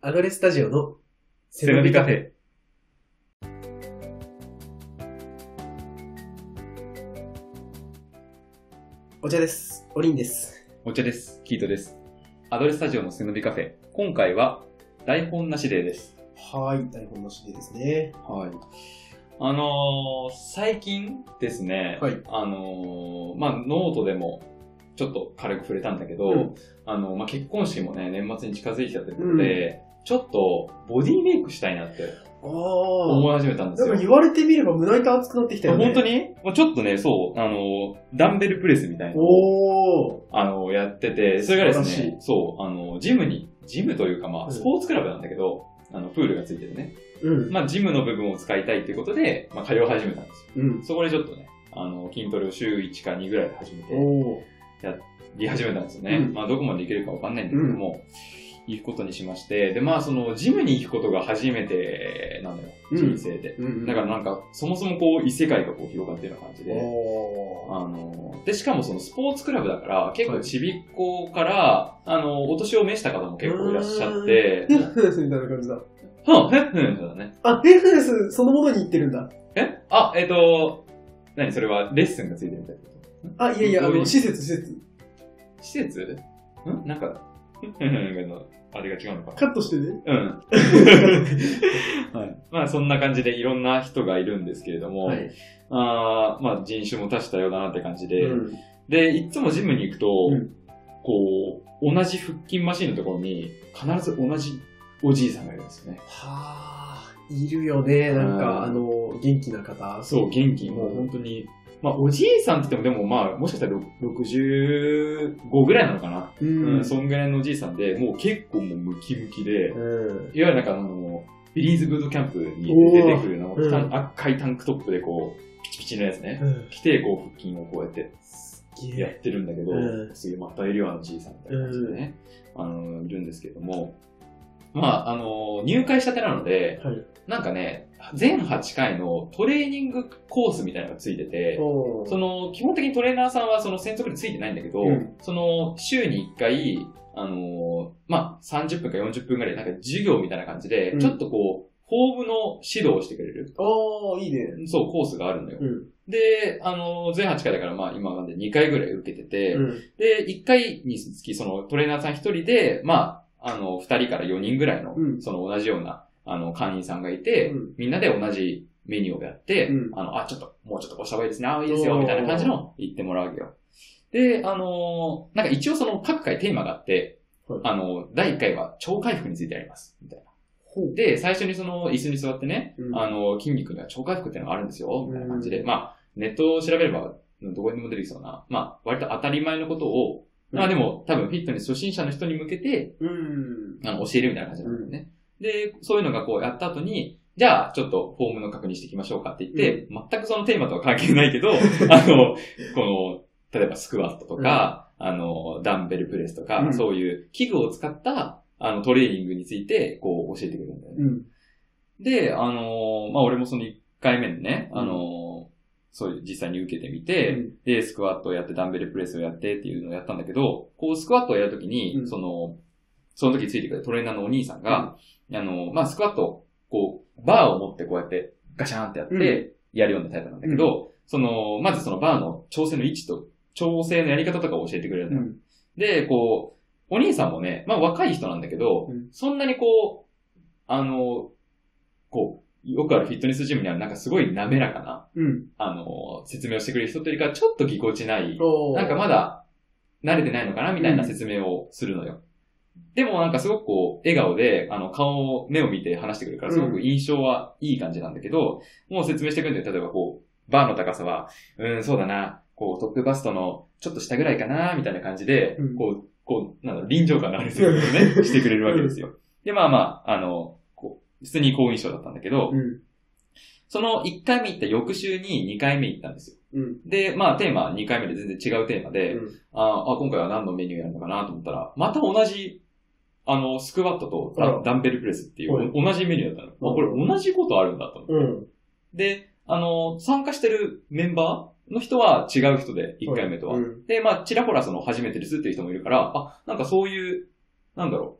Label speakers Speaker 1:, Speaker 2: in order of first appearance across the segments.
Speaker 1: アグレスタジオの
Speaker 2: セノビカフェ。
Speaker 1: お茶です。おりんです。
Speaker 2: お茶です。キートです。アドレスタジオのセノビカフェ。今回は台本なし例です。
Speaker 1: はい、台本の指定ですね。
Speaker 2: はい。あのー最近ですね、
Speaker 1: はい
Speaker 2: あのーまあ、ノートでもちょっと軽く触れたんだけど、
Speaker 1: うん
Speaker 2: あの、まあ、結婚式もね、年末に近づいちゃってるので、ちょっとボディメイクしたいなって思
Speaker 1: あ
Speaker 2: い始めたん
Speaker 1: あ。
Speaker 2: です
Speaker 1: なん
Speaker 2: よ
Speaker 1: か。言われてみれば胸板熱くなってきたよね。
Speaker 2: 本当にもうちょっとね、そう、あのー、ダンベルプレスみたいなのを
Speaker 1: おー。
Speaker 2: あの、やってて、それがです
Speaker 1: 素晴ら
Speaker 2: ね、そう、あの、ジムに、ジムというかま
Speaker 1: うん
Speaker 2: あ、スポーツクラブなんだけど、あの、プールがついててね。
Speaker 1: うん。
Speaker 2: まあ、ジムの部分を使いたいっていうことで、まあ、通い始めたんですよ。
Speaker 1: うん。
Speaker 2: そこでちょっとね、あの、筋トレを週1か2ぐらいで始めて、
Speaker 1: おー。
Speaker 2: やり始めたんですよね。
Speaker 1: うん
Speaker 2: まあ、どこまでいけるかわかんないんだけども、行くことにしまして、で、まあ、その、ジムに行くことが初めてなのよ、
Speaker 1: うん
Speaker 2: 人生で。
Speaker 1: うん
Speaker 2: だからなんか、そもそもこう、異世界がこう広がってるような感じで、
Speaker 1: おー。
Speaker 2: あの、で、しかもそのスポーツクラブだから、結構ちびっ子から、あの、お年を召した方も結構いらっしゃって、
Speaker 1: ヘッフェスみたいな感じだ。
Speaker 2: うん、えうん、そうだね。
Speaker 1: あ、ヘッフェスそのものに行ってるんだ。
Speaker 2: えあ、えっ、と、何それはレッスンがついてるみたいな。
Speaker 1: あ、いやいや、あ
Speaker 2: どういう
Speaker 1: の、施設、施設。
Speaker 2: 施設んなんか、うんうんうんあれが違うのかな
Speaker 1: カットしてね。
Speaker 2: うん。はい、まあそんな感じでいろんな人がいるんですけれども、
Speaker 1: はい。
Speaker 2: あーまあ人種も多種多様だなって感じで、
Speaker 1: うん
Speaker 2: で、いつもジムに行くと、
Speaker 1: うん
Speaker 2: こう、同じ腹筋マシンのところに、必ず同じおじいさんがいるんですよね。
Speaker 1: はー。いるよね、なん
Speaker 2: うん
Speaker 1: か、あの、元気な方。
Speaker 2: そう、元気、もう本当に、まあ、おじいさんって言っても、でもまあ、もしかしたら65ぐらいなのかな。
Speaker 1: う
Speaker 2: うん、
Speaker 1: ん。
Speaker 2: そんぐらいのおじいさんで、もう結構もうムキムキで、
Speaker 1: うん。
Speaker 2: いわゆるなんかあの、ビリーズブートキャンプに
Speaker 1: おー
Speaker 2: 出てくるの、
Speaker 1: うん
Speaker 2: た赤いタンクトップでこう、ピチピチのやつね。
Speaker 1: うん。
Speaker 2: 着て、こう、腹筋をこうやって
Speaker 1: い
Speaker 2: や
Speaker 1: や
Speaker 2: ってるんだけど、
Speaker 1: うん
Speaker 2: すげえまたいるよ、あのじいさんみたいな感じでね、あの、いるんですけども、まあ、あの、入会したてなので、
Speaker 1: はい
Speaker 2: なんかね、全8回のトレーニングコースみたいなのがついてて、
Speaker 1: おー
Speaker 2: その、基本的にトレーナーさんはその専属でついてないんだけど、
Speaker 1: うん
Speaker 2: その、週に1回、あの、まあ、30分か40分ぐらい、なんか授業みたいな感じで、
Speaker 1: うん
Speaker 2: ちょっとこう、豊富の指導をしてくれる、
Speaker 1: おー、いいね。
Speaker 2: そう、コースがあるのよ。
Speaker 1: うん。
Speaker 2: で、あの、全8回だから、まあ、今まで2回ぐらい受けてて、
Speaker 1: うん。
Speaker 2: で、1回につき、そのトレーナーさん1人で、まあ、あの、2人から4人ぐらいの、
Speaker 1: うん
Speaker 2: その同じような、あの、会員さんがいて、
Speaker 1: うん
Speaker 2: みんなで同じメニューをやって、
Speaker 1: うん
Speaker 2: あの、あ、ちょっと、もうちょっとこうした方がいいですね、あ、いいですよ、
Speaker 1: おー
Speaker 2: みたいな感じの言ってもらうわけよ。で、あのーなんか一応その各回テーマがあって、
Speaker 1: はい
Speaker 2: あの、第1回は超回復についてやります、みたいな。
Speaker 1: ほう。
Speaker 2: で、最初にその椅子に座ってね、
Speaker 1: うん
Speaker 2: あの、筋肉には超回復っていうのがあるんですよ、みたいな感じで、
Speaker 1: うん
Speaker 2: まあ、ネットを調べれば、どこにでも出てきそうな、まあ、割と当たり前のことを、
Speaker 1: うん
Speaker 2: まあでも、多分フィットネス初心者の人に向けて、
Speaker 1: うん。
Speaker 2: あの、教えるみたいな感じなんだよね。で、そういうのがこうやった後に、じゃあ、ちょっとフォームの確認していきましょうかって言って、全くそのテーマとは関係ないけ ど、あの、この、例えばスクワットとか、あの、ダンベルプレスとか、
Speaker 1: うん
Speaker 2: そういう器具を使った、あの、トレーニングについて、こう、教えてくれるんだよね。
Speaker 1: うん。
Speaker 2: で、あのーまあ、俺もその1回目にね、
Speaker 1: うん
Speaker 2: あのーそういう実際に受けてみて、
Speaker 1: うん
Speaker 2: で、スクワットをやって、ダンベルプレスをやってっていうのをやったんだけど、こう、スクワットをやるときに、
Speaker 1: うん
Speaker 2: その、その時ついてくるトレーナーのお兄さんが、あのーまあ、スクワットを、こう、バーを持ってこうやって、ガシャーンってやっ
Speaker 1: う
Speaker 2: て、やるようなタイプなんだけど、その、まずそのバーの調整の位置と、調整のやり方とかを教えてくれるのよ。
Speaker 1: うん
Speaker 2: で、こう、お兄さんもね、まあ若い人なんだけど、
Speaker 1: うん
Speaker 2: そんなにこう、あの、こう、よくあるフィットネスジムにあるなんかすごい滑らかな、
Speaker 1: うん。
Speaker 2: あの、説明をしてくれる人というよりか、ちょっとぎこちない、
Speaker 1: おー
Speaker 2: なんかまだ慣れてないのかなみたいな説明をするのよ。でもなんかすごくこう、笑顔で、あの、顔を、目を見て話してくるから、すごく印象はいい感じなんだけど、もう説明してくるんだよ。例えばこう、バーの高さは、うん、そうだな、こう、トップバストのちょっと下ぐらいかな、みたいな感じで、
Speaker 1: うん
Speaker 2: こう、こう、なんだろう、臨場感のある説明を ね、してくれるわけですよ。で、まあまあ、あの、こう、普通に好印象だったんだけど、
Speaker 1: うん。
Speaker 2: その1回目行った翌週に2回目行ったんですよ。
Speaker 1: うん。
Speaker 2: で、まあテーマは2回目で全然違うテーマで、
Speaker 1: うん
Speaker 2: あーあ、今回は何のメニューやるのかなと思ったら、また同じ、あの、スクワットと
Speaker 1: あ
Speaker 2: ダ
Speaker 1: ら
Speaker 2: ダンベルプレスってい、
Speaker 1: はいう
Speaker 2: 同じメニューだったの。あ、これ同じことあるんだと思って。
Speaker 1: うん。
Speaker 2: で、あの、参加してるメンバーの人は違う人で、1回目とは。
Speaker 1: うん。
Speaker 2: で、まあ、ちらほらその初めてですっていう人もいるから、あ、なんかそういう、なんだろ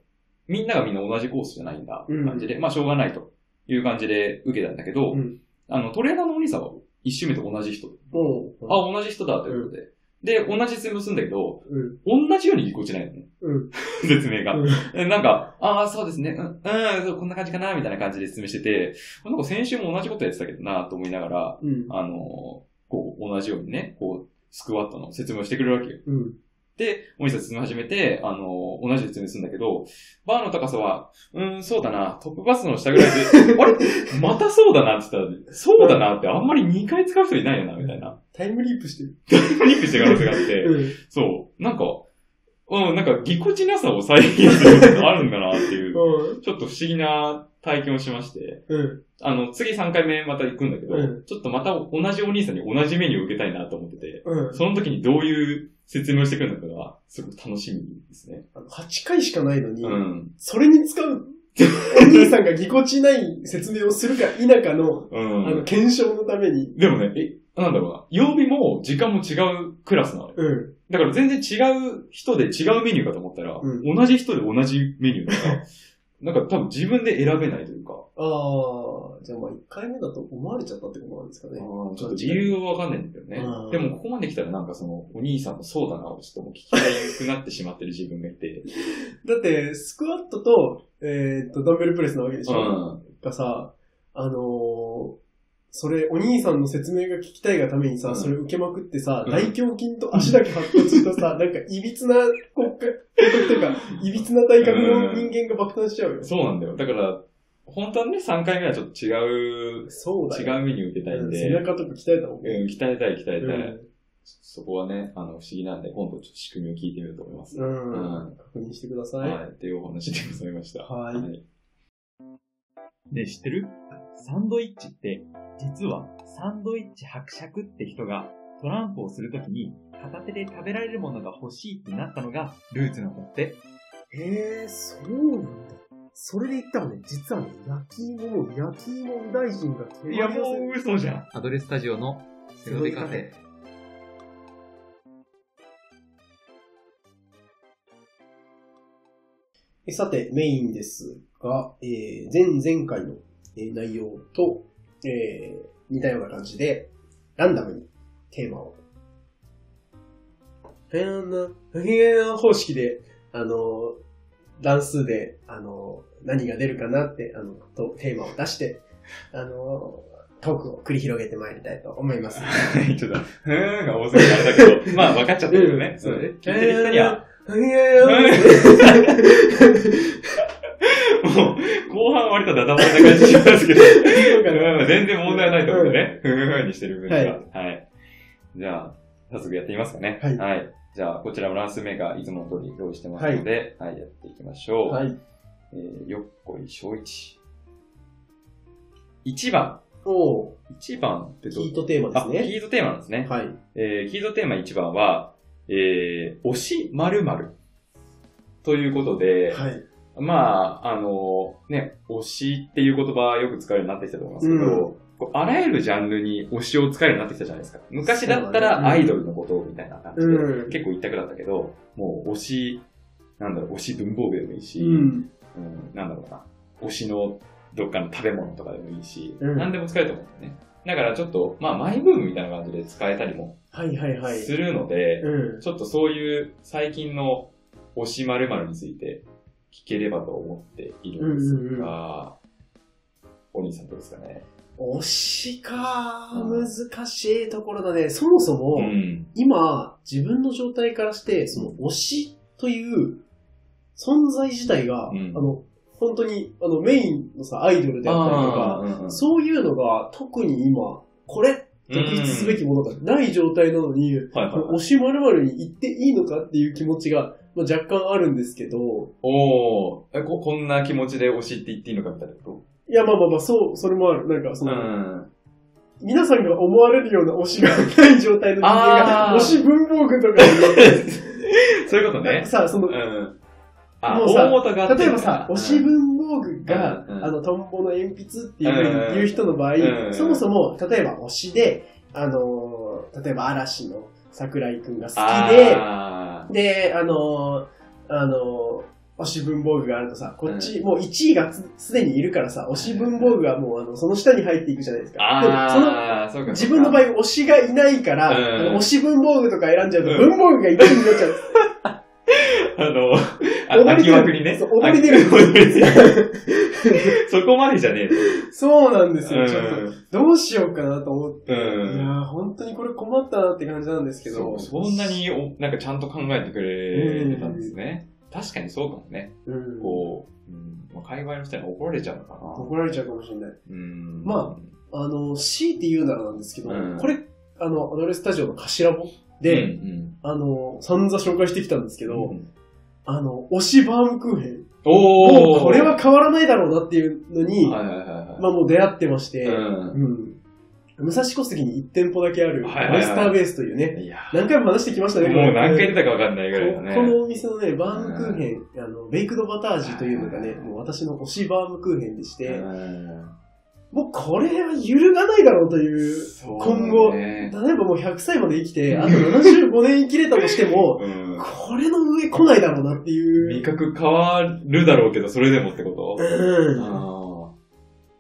Speaker 2: う、みんながみんな同じコースじゃないんだ、
Speaker 1: うん
Speaker 2: 感じで、まあしょうがないという感じで受けたんだけど、
Speaker 1: うん。
Speaker 2: あの、トレーナーのお兄さんは一周目と同じ人。
Speaker 1: おう。
Speaker 2: あ、同じ人だということで。で、同じ説明をするんだけど、
Speaker 1: うん。
Speaker 2: 同じようにぎこちないのね。
Speaker 1: うん。
Speaker 2: 説明が。
Speaker 1: うん
Speaker 2: えなんか、ああ、そうですね、うん、うんそう、こんな感じかな、みたいな感じで説明してて、なんか先週も同じことやってたけどな、と思いながら、
Speaker 1: うん。
Speaker 2: あのーこう、同じようにね、こう、スクワットの説明をしてくれるわけよ。
Speaker 1: うん。
Speaker 2: で、お兄さん進め始めて、あのー同じ説明するんだけど、バーの高さは、うーん、そうだな、トップバスの下ぐらいで、あ れまたそうだなって言ったら、そうだなってあんまり2回使う人いないよな、みたいな。
Speaker 1: タイムリープしてる。
Speaker 2: フリップしてる可能性があって、
Speaker 1: う
Speaker 2: そう、なんか、うん、なんか、ぎこちなさを再現することあるんだなっていう。
Speaker 1: ん。
Speaker 2: ちょっと不思議な体験をしまして、
Speaker 1: うん。
Speaker 2: あの、次3回目また行くんだけど、
Speaker 1: う
Speaker 2: ちょっとまた同じお兄さんに同じメニューを受けたいなと思ってて、
Speaker 1: うん。
Speaker 2: その時にどういう説明をしてくるのかが、すごく楽しみですね。
Speaker 1: あの8回しかないのに、
Speaker 2: うん。
Speaker 1: それに使う、お兄さんがぎこちない説明をするか否かの、
Speaker 2: う
Speaker 1: あの、
Speaker 2: ん。
Speaker 1: 検証のために、
Speaker 2: でもね、え、なんだろうな。曜日も時間も違うクラスなのよ。
Speaker 1: うん。
Speaker 2: だから全然違う人で違うメニューかと思ったら、
Speaker 1: う
Speaker 2: 同じ人で同じメニューだから、なんか多分自分で選べないというか、
Speaker 1: ああ、じゃあまあ1回目だと思われちゃったってことなんですかね。
Speaker 2: ちょっと理由はわかんないんだけどね
Speaker 1: うん。
Speaker 2: でもここまで来たらなんかその、お兄さんのそうだなをちょっともう聞き たくなってしまってる自分がいて。
Speaker 1: だって、スクワットと、えーっと、ダンベルプレスなわけでし
Speaker 2: う
Speaker 1: ょ。
Speaker 2: ん。
Speaker 1: がさ、あのーそれ、お兄さんの説明が聞きたいがためにさ、
Speaker 2: うん
Speaker 1: それ受けまくってさ、
Speaker 2: うん
Speaker 1: 大胸筋と足だけ発達した さ、なんか、いびつな骨格、骨格というか、いびつな体格の人間が爆誕しち ゃうよ。
Speaker 2: そうなんだよ。だから、本当はね、3回目はちょっと違う、
Speaker 1: そうだ
Speaker 2: 違
Speaker 1: よ。
Speaker 2: うメニュー受けたいん
Speaker 1: 背
Speaker 2: で、
Speaker 1: 中とか鍛えた方がいい。
Speaker 2: うん、鍛えたい鍛えたい。
Speaker 1: うん
Speaker 2: そこはね、あの、不思議なんで、今度ちょっと仕組みを聞いてみようと思います。
Speaker 1: うん。
Speaker 2: うん
Speaker 1: 確認してください。
Speaker 2: はい。っていうお話でございました。
Speaker 1: はい
Speaker 3: ねえ知ってるサンドイッチって、実はサンドイッチ伯爵って人がトランプをするときに片手で食べられるものが欲しいってなったのがルーツなんだって。
Speaker 1: へえー、そうなんだ。それで言ったらね、実はね、焼き芋、焼き芋大臣が決まりません。
Speaker 3: う嘘じゃん。アドレスタジオのセロデカフェ。
Speaker 1: えさて、メインですが、えー前々回の、えー内容と、えー似たような感じで、ランダムにテーマを。えー、な、不平な方式で、あの、乱数で、あの、何が出るかなって、あの、とテーマを出して、あの、トークを繰り広げてまいりたいと思います。
Speaker 2: はい。 ちょっと、うーんが多すぎてあれだ けど、まあ分かっちゃってるよね。そうね。聞いてる人には、
Speaker 1: えー。不 平な
Speaker 2: もう、後半割とダダ漏れな感じしますけど、
Speaker 1: そうかな
Speaker 2: うん全然問題ないと思うんでね、ふんふんにしてる分には。
Speaker 1: はい
Speaker 2: はい。じゃあ、早速やってみますかね。
Speaker 1: はい
Speaker 2: じゃあ、こちらもランスメーカーいつもの通り用意してますので、はい、やっていきましょう。
Speaker 1: はい。
Speaker 2: えー、よっこいしょういち。1番。
Speaker 1: おー
Speaker 2: 1番って
Speaker 1: キ
Speaker 2: どう
Speaker 1: ートテーマです
Speaker 2: あ、
Speaker 1: ね。
Speaker 2: キートテーマなんですね。
Speaker 1: はい。
Speaker 2: えー、キートテーマ1番は、えー、推し〇〇ということで、
Speaker 1: はい。
Speaker 2: まあ、あのね、推しっていう言葉はよく使うようになってきたと思いますけど、こうあらゆるジャンルに推しを使うようになってきたじゃないですか。昔だった
Speaker 1: そうだねうん
Speaker 2: らアイドルのことみたいな感じで、
Speaker 1: うん
Speaker 2: 結構一択だったけど、もう推し、なんだろう、推し文房具でもいいし、
Speaker 1: うん。
Speaker 2: うんなんだろうな、推しのどっかの食べ物とかでもいいし、
Speaker 1: うん
Speaker 2: 何でも使えると思うんだよね。だからちょっと、まあ、マイブームみたいな感じで使えたりも
Speaker 1: はいはいはい。
Speaker 2: するので、
Speaker 1: うん。
Speaker 2: ちょっとそういう最近の推しまるについて聞ければと思っているんですが、お兄さんどうですかね。
Speaker 1: 推しか
Speaker 2: う
Speaker 1: 難しいところだね。そもそも、
Speaker 2: ん。
Speaker 1: 今、自分の状態からして、その推しという存在自体が、
Speaker 2: うん
Speaker 1: あの、本当に、あの、メインのさ、アイドルであったりとか、
Speaker 2: あ
Speaker 1: そういうのが特に今、これ、独立すべきものがない状態なのに、
Speaker 2: はいはいはい
Speaker 1: 推しまるに行っていいのかっていう気持ちが、まあ、若干あるんですけど、
Speaker 2: おーえこ、こんな気持ちで推しって言っていいのかみたいなこ
Speaker 1: いや、まあまあまあ、そう、それもある。なんか、そ
Speaker 2: と。
Speaker 1: の、
Speaker 2: ん。
Speaker 1: 皆さんが思われるような推しがない状態の人間
Speaker 2: あ
Speaker 1: が、
Speaker 2: ー
Speaker 1: 推し文房具とかになって
Speaker 2: そういうこ
Speaker 1: な
Speaker 2: と
Speaker 1: んか
Speaker 2: ね。
Speaker 1: さ、その、
Speaker 2: うん。あ、
Speaker 1: もうさ
Speaker 2: 大元があって
Speaker 1: 例えばさ、推し
Speaker 2: うん
Speaker 1: 文房具が、
Speaker 2: うんうん
Speaker 1: あの、トンボの鉛筆っていうふうに言う人の場合、
Speaker 2: うん
Speaker 1: そもそも、例えば推しで、あのー、例えば嵐の桜井くんが好きで、
Speaker 2: あ
Speaker 1: で、あのー、あのー、押し文房具があるとさ、こっち、もう1位がつすでにいるからさ、押し文房具はもうあのその下に入っていくじゃないですか。でもその
Speaker 2: ああ、そう か。
Speaker 1: 自分の場合、推しがいないから、
Speaker 2: うん
Speaker 1: あの推し文房具とか選んじゃうと、
Speaker 2: うん
Speaker 1: 文房具が1位になっ ちゃう。
Speaker 2: あの、
Speaker 1: 踊
Speaker 2: あ
Speaker 1: り
Speaker 2: 秋
Speaker 1: 出る
Speaker 2: 枠にね。
Speaker 1: そう踊り出る
Speaker 2: 秋枠にね そこまでじゃねえと。
Speaker 1: そうなんですよ、ちょっと。
Speaker 2: う
Speaker 1: どうしようかなと思って。
Speaker 2: うん
Speaker 1: いやー本当にこれ困ったなって感じなんですけ
Speaker 2: ん。
Speaker 1: ど。
Speaker 2: そうそんなにお、なんかちゃんと考えてくれてたんですね。確かにそうかもね。
Speaker 1: うん
Speaker 2: こう、うんまあ、界隈の人に怒られちゃうのかな。
Speaker 1: 怒られちゃうかもしれない。
Speaker 2: うん。
Speaker 1: まあの、強いて言うならなんですけど、
Speaker 2: うん
Speaker 1: これ、あの、アドレススタジオの頭本
Speaker 2: うん、
Speaker 1: で、
Speaker 2: うん
Speaker 1: あの、散々紹介してきたんですけど、
Speaker 2: うん
Speaker 1: あの、推しバームクーヘン。
Speaker 2: お
Speaker 1: も
Speaker 2: ー
Speaker 1: うこれは変わらないだろうなっていうのに、
Speaker 2: はいはいはいはい。
Speaker 1: まあもう出会ってまして、
Speaker 2: う
Speaker 1: うん。武蔵小杉に1店舗だけある、
Speaker 2: はいはいはい
Speaker 1: オイスターベースというね、
Speaker 2: ん。いや
Speaker 1: 何回も話してきましたね、
Speaker 2: もう何回
Speaker 1: こ
Speaker 2: 出たか分かんないぐらいだ
Speaker 1: ここ
Speaker 2: ね。
Speaker 1: のお店のね、バームクーヘン、あの、ベイクドバター味というのがね、もう私の推しバームクーヘンでして、
Speaker 2: うん
Speaker 1: もうこれは揺るがないだろうという、
Speaker 2: そう
Speaker 1: 今後、
Speaker 2: ね
Speaker 1: 例えばもう100歳まで生きて、あと75年生きれたとしても、
Speaker 2: うん
Speaker 1: これの上来ないだろうなってい
Speaker 2: 味
Speaker 1: う。
Speaker 2: 覚変わるだろうけど、それでもってこ
Speaker 1: う
Speaker 2: と
Speaker 1: ん。っ
Speaker 2: あ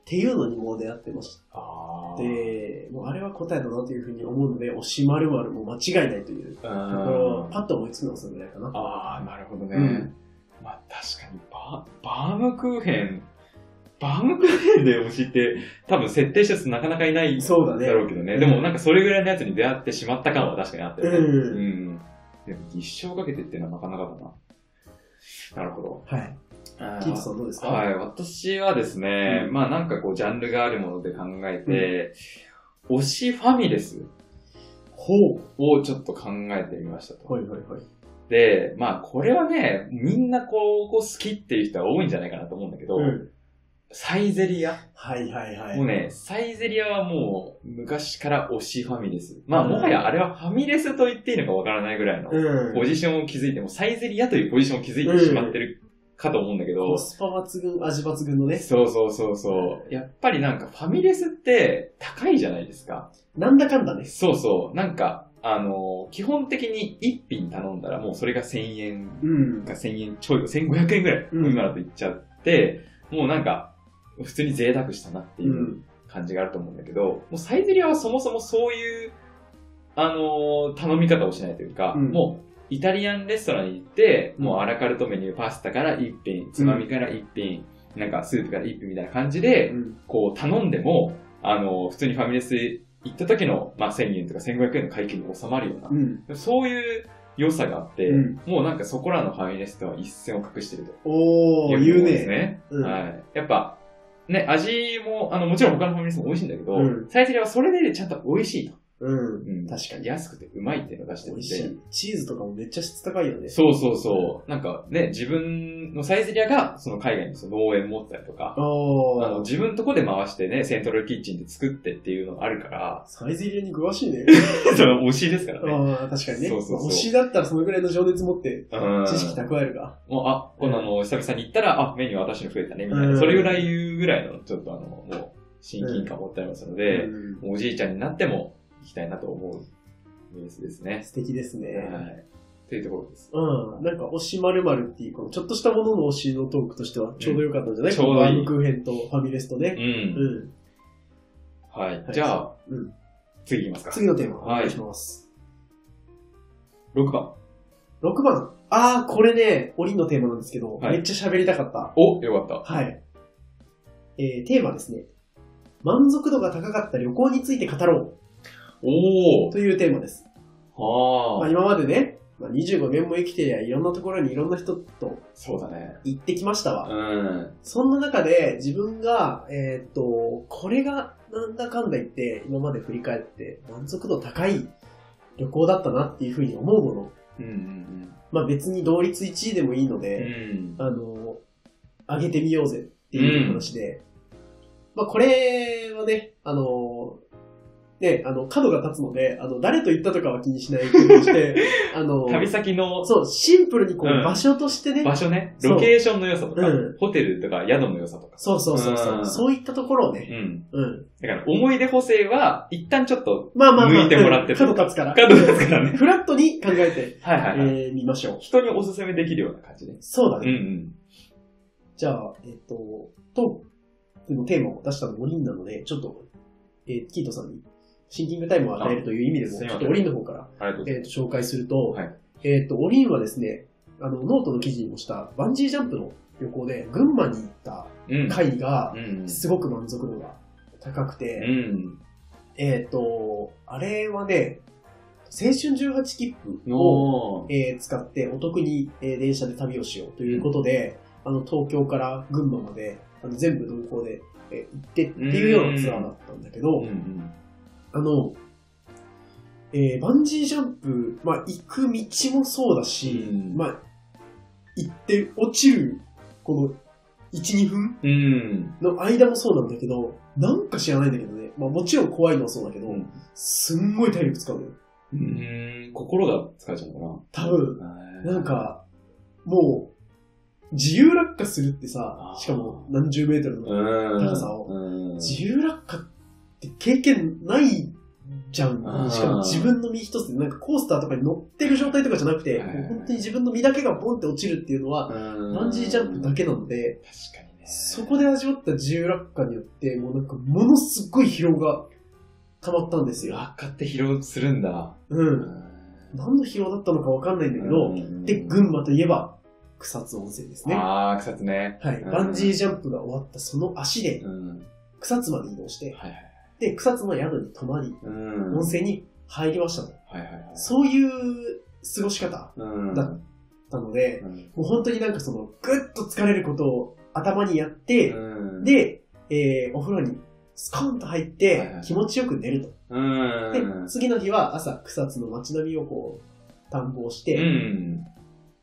Speaker 1: ていうのにもう出会ってまし
Speaker 2: ーあ
Speaker 1: た。
Speaker 2: ー。
Speaker 1: で、もうあれは答えだなというふうに思うので、推しまるまるも間違いないというと
Speaker 2: う
Speaker 1: ころを
Speaker 2: ん、
Speaker 1: パッと思いつくのはそれぐらいかな。
Speaker 2: ああ、なるほどね。
Speaker 1: うん
Speaker 2: まあ確かにバ、バームクーヘン、バームクーヘンで推しって、多分設定したやつなかなかいない
Speaker 1: そうだね
Speaker 2: だろうけどね。でもなんかそれぐらいのやつに出会ってしまった感は確かにあったよね。
Speaker 1: うん
Speaker 2: んでも一生かけてっていうのはなかなかだな。なるほど。
Speaker 1: はい。キープさんどうですか
Speaker 2: はい、私はですね、
Speaker 1: うん
Speaker 2: まあなんかこうジャンルがあるもので考えて、推しファミレス
Speaker 1: ほ
Speaker 2: をちょっと考えてみましたと。
Speaker 1: う。はいはいはい。
Speaker 2: で、まあこれはね、みんなこうこう好きっていう人は多いんじゃないかなと思うんだけど、
Speaker 1: うん。
Speaker 2: サイゼリア、
Speaker 1: はいはいはい。
Speaker 2: もうね、サイゼリアはもう昔から推しファミレス。まあもはやあれはファミレスと言っていいのかわからないぐらいの
Speaker 1: うん。
Speaker 2: ポジションを築いて、もうサイゼリアというポジションを築いてしまってるかと思うんだけど、
Speaker 1: コスパ抜群、味抜群のね。
Speaker 2: そうそうそうそう。やっぱりなんかファミレスって高いじゃないですか。
Speaker 1: なんだかんだね。
Speaker 2: そうそう。なんか、あのー基本的に1品頼んだらもうそれが1000円
Speaker 1: うん。
Speaker 2: か1000円ちょい、1500円ぐらい、
Speaker 1: うん
Speaker 2: 今だといっちゃって、もうなんか、普通に贅沢したなって
Speaker 1: う。
Speaker 2: いうん感じがあると思うんだけど、もうサイゼリアはそもそもそういう、あのー頼み方をしないというか、
Speaker 1: うん
Speaker 2: もう、イタリアンレストランに行って、もうアラカルトメニュー、パスタから1品、つまみから1品、なんかスープから1品みたいな感じで、
Speaker 1: うん
Speaker 2: こう頼んでも、あの、普通にファミレス行った時の、まあ、1000円とか1500円の会計に収まるような、
Speaker 1: うん。
Speaker 2: そういう良さがあって、
Speaker 1: うん
Speaker 2: もうなんかそこらのファミレスとは一線を隠してると
Speaker 1: おー、
Speaker 2: い
Speaker 1: 言う
Speaker 2: ことです
Speaker 1: ね。
Speaker 2: ね。
Speaker 1: うん
Speaker 2: はい。やっぱ、ね、味も、あの、もちろん他のファミレスも美味しいんだけど、
Speaker 1: うん
Speaker 2: サイゼリヤはそれでちゃんと美味しいと。
Speaker 1: うん。
Speaker 2: うん
Speaker 1: 確かに
Speaker 2: 安くてうまいっていうのを出して
Speaker 1: 美
Speaker 2: るん
Speaker 1: 味
Speaker 2: で。
Speaker 1: しい。チーズとかもめっちゃ質高いよね。
Speaker 2: そうそうそう。なんかね、自分のサイゼリヤが、その海外にその農園持ったりとか、あの
Speaker 1: おー。
Speaker 2: 自分のとこで回してね、セントラルキッチンで作ってっていうのがあ るから、
Speaker 1: サイズ入れに詳しい ね。
Speaker 2: それは推しですからね。
Speaker 1: ああ、確かにね。
Speaker 2: そうそうそう
Speaker 1: 推しだったらそのぐらいの情熱持って、
Speaker 2: うん
Speaker 1: 知識蓄えるか。
Speaker 2: もう、あ、こんなの久々に行ったら、あ、メニュー私の増えたね、みたいな。
Speaker 1: うん
Speaker 2: それぐらい言うぐらいの、ちょっとあの、もう、親近感を持ってありますので、
Speaker 1: うん
Speaker 2: おじいちゃんになっても行きたいなと思うニュースですね。
Speaker 1: 素敵ですね。
Speaker 2: はい。というところです。
Speaker 1: うん。なんか、推しまるっていう、このちょっとしたものの推しのトークとしてはちょうどよかったんじゃない、
Speaker 2: うんちょうどいい
Speaker 1: バームクーヘンとファミレスと
Speaker 2: う。
Speaker 1: ね。うんん。
Speaker 2: はい
Speaker 1: は。い
Speaker 2: じゃあ、
Speaker 1: うん
Speaker 2: 次行きますか。
Speaker 1: 次のテーマ、お
Speaker 2: はい
Speaker 1: 願いします。
Speaker 2: 6番。
Speaker 1: 6番。ああ、これね、おりんのテーマなんですけど、
Speaker 2: は
Speaker 1: め
Speaker 2: い
Speaker 1: っちゃ喋りたかった。
Speaker 2: お、よかっ
Speaker 1: はい。えー、テーマですね。満足度が高かった旅行について語ろ
Speaker 2: た。お
Speaker 1: うというテーマです。
Speaker 2: ー。は
Speaker 1: まあ、
Speaker 2: あ。
Speaker 1: 今までね、まあ、25年も生きてりゃいろんなところにいろんな人と
Speaker 2: そうだね。
Speaker 1: 行ってきましたわ。
Speaker 2: うん。
Speaker 1: そんな中で自分が、えーっと、これがなんだかんだ言って今まで振り返って満足度高い旅行だったなっていうふうに思うもの。
Speaker 2: うんうん
Speaker 1: まあ別に同率1位でもいいの
Speaker 2: うん。う
Speaker 1: で、
Speaker 2: ん。
Speaker 1: あの、上げてみようぜっていう話で、まあこれはね、あの、で、あの、角が立つので、あの、誰と行ったとかは気にしないようにして、 あの、
Speaker 2: 旅先の
Speaker 1: そう、シンプルにこう、
Speaker 2: うん
Speaker 1: 場所としてね、
Speaker 2: 場所ね、
Speaker 1: そう
Speaker 2: ロケーションの良さとか、
Speaker 1: うん
Speaker 2: ホテルとか宿の良さとか。
Speaker 1: そうそうそうそうう、
Speaker 2: ん
Speaker 1: そういったところを
Speaker 2: う
Speaker 1: ね、
Speaker 2: ん。
Speaker 1: うん。
Speaker 2: だから思い出補正は、一旦ちょっと、
Speaker 1: まあまあまあ、
Speaker 2: 抜いてもらってる
Speaker 1: 角立つから。
Speaker 2: 角立つからね
Speaker 1: フラットに考えて、
Speaker 2: はいはいはい。
Speaker 1: えー、みましょう。
Speaker 2: 人におすすめできるような感じで。
Speaker 1: そうだ
Speaker 2: うん
Speaker 1: ね。じゃあ、えっ、と、トークのテーマを出したの5人なので、ちょっと、えーキートさんにシンキングタイムを与えるという意味で
Speaker 2: あ
Speaker 1: も、
Speaker 2: すい
Speaker 1: ち
Speaker 2: ま
Speaker 1: ょ
Speaker 2: せ
Speaker 1: っ
Speaker 2: ん
Speaker 1: とオリンの方から、
Speaker 2: うん。ありがとうござい
Speaker 1: えー、と紹介すると、
Speaker 2: はい
Speaker 1: えっ、と、オリンはですね、あの、ノートの記事にもしたバンジージャンプの旅行で群馬に行った
Speaker 2: ます。
Speaker 1: 回が
Speaker 2: うん。うん。
Speaker 1: すごく満足度が高くて、
Speaker 2: うん。
Speaker 1: えっ、と、あれはね、青春18切符を
Speaker 2: おー。
Speaker 1: えー使ってお得に、えー電車で旅をしようということで、あの東京から群馬まであの全部同行で、えー行ってっていうようなツアーだったんだけど、
Speaker 2: うんうん。
Speaker 1: あの、えーバンジージャンプ、まあ、行く道もそうだし、
Speaker 2: うん
Speaker 1: まあ、行って落ちる、この1、2分
Speaker 2: うん。
Speaker 1: の間もそうなんだけど、なんか知らないんだけどね、まあ、もちろん怖いのはそうだけど、
Speaker 2: うん
Speaker 1: すんごい体力使うのよ。
Speaker 2: うん。心が疲れちゃうの
Speaker 1: 多分、
Speaker 2: かな。
Speaker 1: なん、か、もう、自由落下するってさ
Speaker 2: あ、ー
Speaker 1: しかも何十メートルの。
Speaker 2: うん。
Speaker 1: 高さを
Speaker 2: うん。
Speaker 1: 自由落下って経験ないじゃ
Speaker 2: あ
Speaker 1: ん。
Speaker 2: ー
Speaker 1: しかも自分の身一つで、なんかコースターとかに乗ってる状態とかじゃなくて、
Speaker 2: はいはい
Speaker 1: も
Speaker 2: は
Speaker 1: う
Speaker 2: い
Speaker 1: 本当に自分の身だけがボンって落ちるっていうのは、
Speaker 2: バ
Speaker 1: バンジージャンプだ
Speaker 2: け。
Speaker 1: けなので、
Speaker 2: 確かにね。
Speaker 1: そこで味わった自由落下によって、もうなんかものすごい疲労が溜まったんですよ。
Speaker 2: 落下って疲労するんだ。
Speaker 1: うん。何の疲労だったのかわかんないんだけど、
Speaker 2: うん
Speaker 1: で、群馬といえば草津温泉ですね。
Speaker 2: ああ、草津ね。
Speaker 1: はい、
Speaker 2: うん
Speaker 1: バンジージャンプが終わったその足で
Speaker 2: うん。
Speaker 1: 草津まで移動して、
Speaker 2: はいはい。
Speaker 1: で、草津の宿に泊まり、
Speaker 2: うん。
Speaker 1: 温泉に入りましたと。
Speaker 2: はいはいはい。
Speaker 1: そういう過ごし方
Speaker 2: うん。
Speaker 1: だなので、
Speaker 2: うん
Speaker 1: もう本当になんかその、ぐっと疲れることを頭にやって、
Speaker 2: うん、
Speaker 1: で、えーお風呂にスコンと入っ
Speaker 2: はい
Speaker 1: て
Speaker 2: は、い
Speaker 1: 気持ちよく寝ると。
Speaker 2: うん。
Speaker 1: で、次の日は朝草津の街並みをこう、探訪して、
Speaker 2: うん。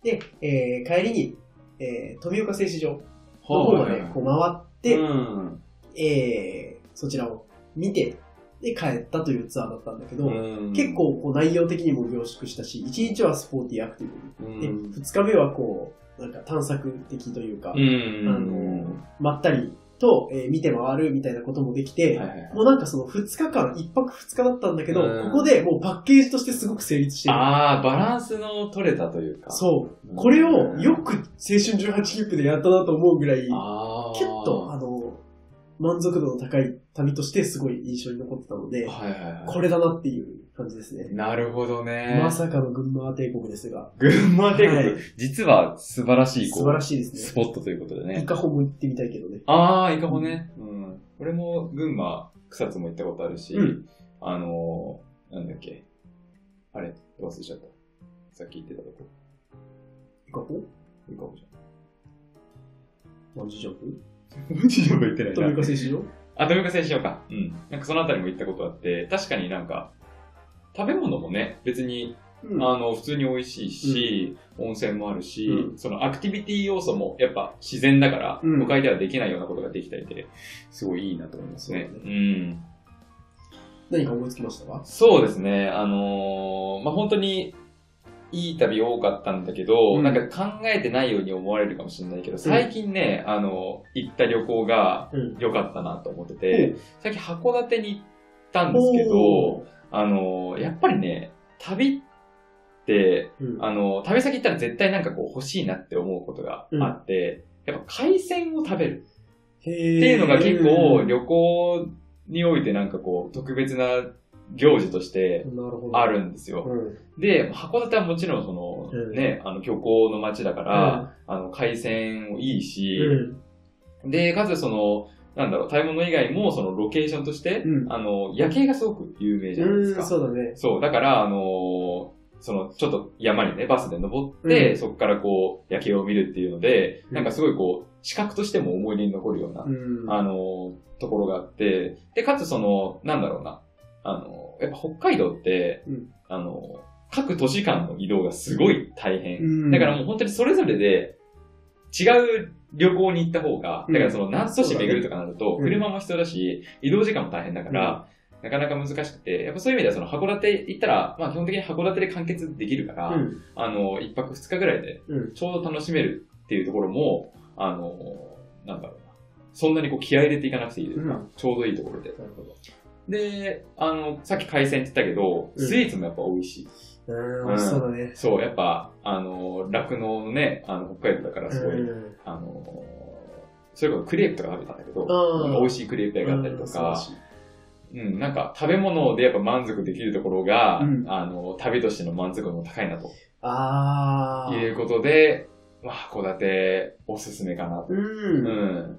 Speaker 1: で、えー帰りに、えー富岡製糸場の方
Speaker 2: ほ
Speaker 1: までこう回って、
Speaker 2: うん。
Speaker 1: えーそちらを見て、で、帰ったというツアーだったんだけど、
Speaker 2: うん
Speaker 1: 結、構こう内容的にも凝縮したし、1日はスポーティーアクティ
Speaker 2: う
Speaker 1: ブに、
Speaker 2: ん。
Speaker 1: で、2日目はこう、なんか探索的というか、
Speaker 2: うん。
Speaker 1: あのまったりと、えー見て回るみたいなこともできて、
Speaker 2: はいはいはい
Speaker 1: もうなんかその2日間、1泊2日だったんだけど、
Speaker 2: うん
Speaker 1: ここでもうパッケージとしてすごく成立してる。
Speaker 2: ああ、バランスの取れたというか。
Speaker 1: そうう。
Speaker 2: ん
Speaker 1: これをよく青春18切符でやったなと思うぐらい、
Speaker 2: ああ。
Speaker 1: キュッと、あの、満足度の高い旅としてすごい印象に残ってたので、
Speaker 2: はいはいはい。
Speaker 1: これだなっていう感じですね。
Speaker 2: なるほどね。
Speaker 1: まさかの群馬帝国ですが、
Speaker 2: 群馬帝国、
Speaker 1: はい
Speaker 2: 実は素晴らしい、こう
Speaker 1: 素晴らしいです
Speaker 2: ス
Speaker 1: ね。
Speaker 2: ポットということでね
Speaker 1: イ。カホも行ってみたいけどね。
Speaker 2: ああ、イカホね。うん。俺も群馬、草津も行ったことあるし、
Speaker 1: うん
Speaker 2: あのー、なんだっけ。あれ、忘れちゃった。さっき言ってたとこ。
Speaker 1: イカホ
Speaker 2: イカホじ
Speaker 1: バンジージャンプ
Speaker 2: ゃん。富士山も行って
Speaker 1: 富岡製糸場
Speaker 2: あ、富岡製糸場か。うん。なんかそのあたりも行ったことあって、確かになんか、食べ物もね、別に、
Speaker 1: うん
Speaker 2: あの、普通に美味しいし、温泉もあるし、
Speaker 1: うん
Speaker 2: そのアクティビティ要素も、やっぱ自然だから、
Speaker 1: うん
Speaker 2: 都会ではできないようなことができたりで、すごいいいなと思いますね
Speaker 1: そう。
Speaker 2: う
Speaker 1: だ
Speaker 2: ん。
Speaker 1: 何か思いつきましたか
Speaker 2: そうですね。あのーまあ、本当に、いい旅多かったんだけど、
Speaker 1: うん
Speaker 2: なんか考えてないように思われるかもしれないけど、最近ね、あの、行った旅行が
Speaker 1: うん。
Speaker 2: 良かったなと思ってて、最近函館に行ったんですけ
Speaker 1: お
Speaker 2: ど、あのーやっぱりね、旅って、
Speaker 1: うん
Speaker 2: あのー旅先行ったら絶対なんかこう欲しいなって思うことがあって、やっぱ海鮮を食べる。
Speaker 1: って
Speaker 2: ってい
Speaker 1: いう
Speaker 2: のが結構
Speaker 1: なる
Speaker 2: 旅行においてなんかこう特別な行事として
Speaker 1: ほど。
Speaker 2: あ。るんです
Speaker 1: う
Speaker 2: よ。
Speaker 1: ん。
Speaker 2: で、函館はもちろんその、
Speaker 1: うん
Speaker 2: ね、あの漁港の街だから、あの海鮮もいいし、
Speaker 1: うん。
Speaker 2: で、かつその、なんだろう、買い物以外もそのロケーションとして、
Speaker 1: うん
Speaker 2: あの、夜景がすごく有名じゃないです
Speaker 1: う
Speaker 2: か。
Speaker 1: ん、そうだね。
Speaker 2: そう、だから、あのーその、ちょっと山にね、バスで登って、
Speaker 1: うん
Speaker 2: そこからこう、夜景を見るっていうので、
Speaker 1: うん
Speaker 2: なんかすごいこう、視覚としても思い出に残るような
Speaker 1: うん。
Speaker 2: あの、ところがあって、で、かつその、なんだろうな、あの、やっぱ北海道って、
Speaker 1: うん
Speaker 2: あの、各都市間の移動がすごい大変。
Speaker 1: うん
Speaker 2: だからもう本当にそれぞれで違う旅行に行った方が、
Speaker 1: うん
Speaker 2: だからその何都市巡るとかなると
Speaker 1: うん
Speaker 2: 車も必要だし、移動時間も大変だから、なかなか難しくて、やっぱそういう意味ではその函館行ったら、まあ基本的に函館で完結できるから、
Speaker 1: うん。
Speaker 2: あの、一泊二日ぐらいで
Speaker 1: うん。
Speaker 2: ちょうど楽しめるっていうところも、あの、なんだろうな。そんなにこう気合い入れていかなくていいというか、
Speaker 1: うん
Speaker 2: ちょうどいいところで。
Speaker 1: なるほど。
Speaker 2: で、あの、さっき海鮮って言ったけど、
Speaker 1: うん
Speaker 2: スイーツもやっぱ美味しい。
Speaker 1: うん、美味しそうだね。
Speaker 2: そう、やっぱ、あの、酪農のね、あの、北海道だからすごい、
Speaker 1: うん。
Speaker 2: あの、それこそクレープとか食べたんだけど、
Speaker 1: あー
Speaker 2: なんか美味しいクレープ屋があったりとか、うん、なんか食べ物でやっぱ満足できるところが、
Speaker 1: うん
Speaker 2: あの、旅としての満足度も高いなと
Speaker 1: ああ。
Speaker 2: いうことで、まあ、函館おすすめかなと。う
Speaker 1: うん。
Speaker 2: ん。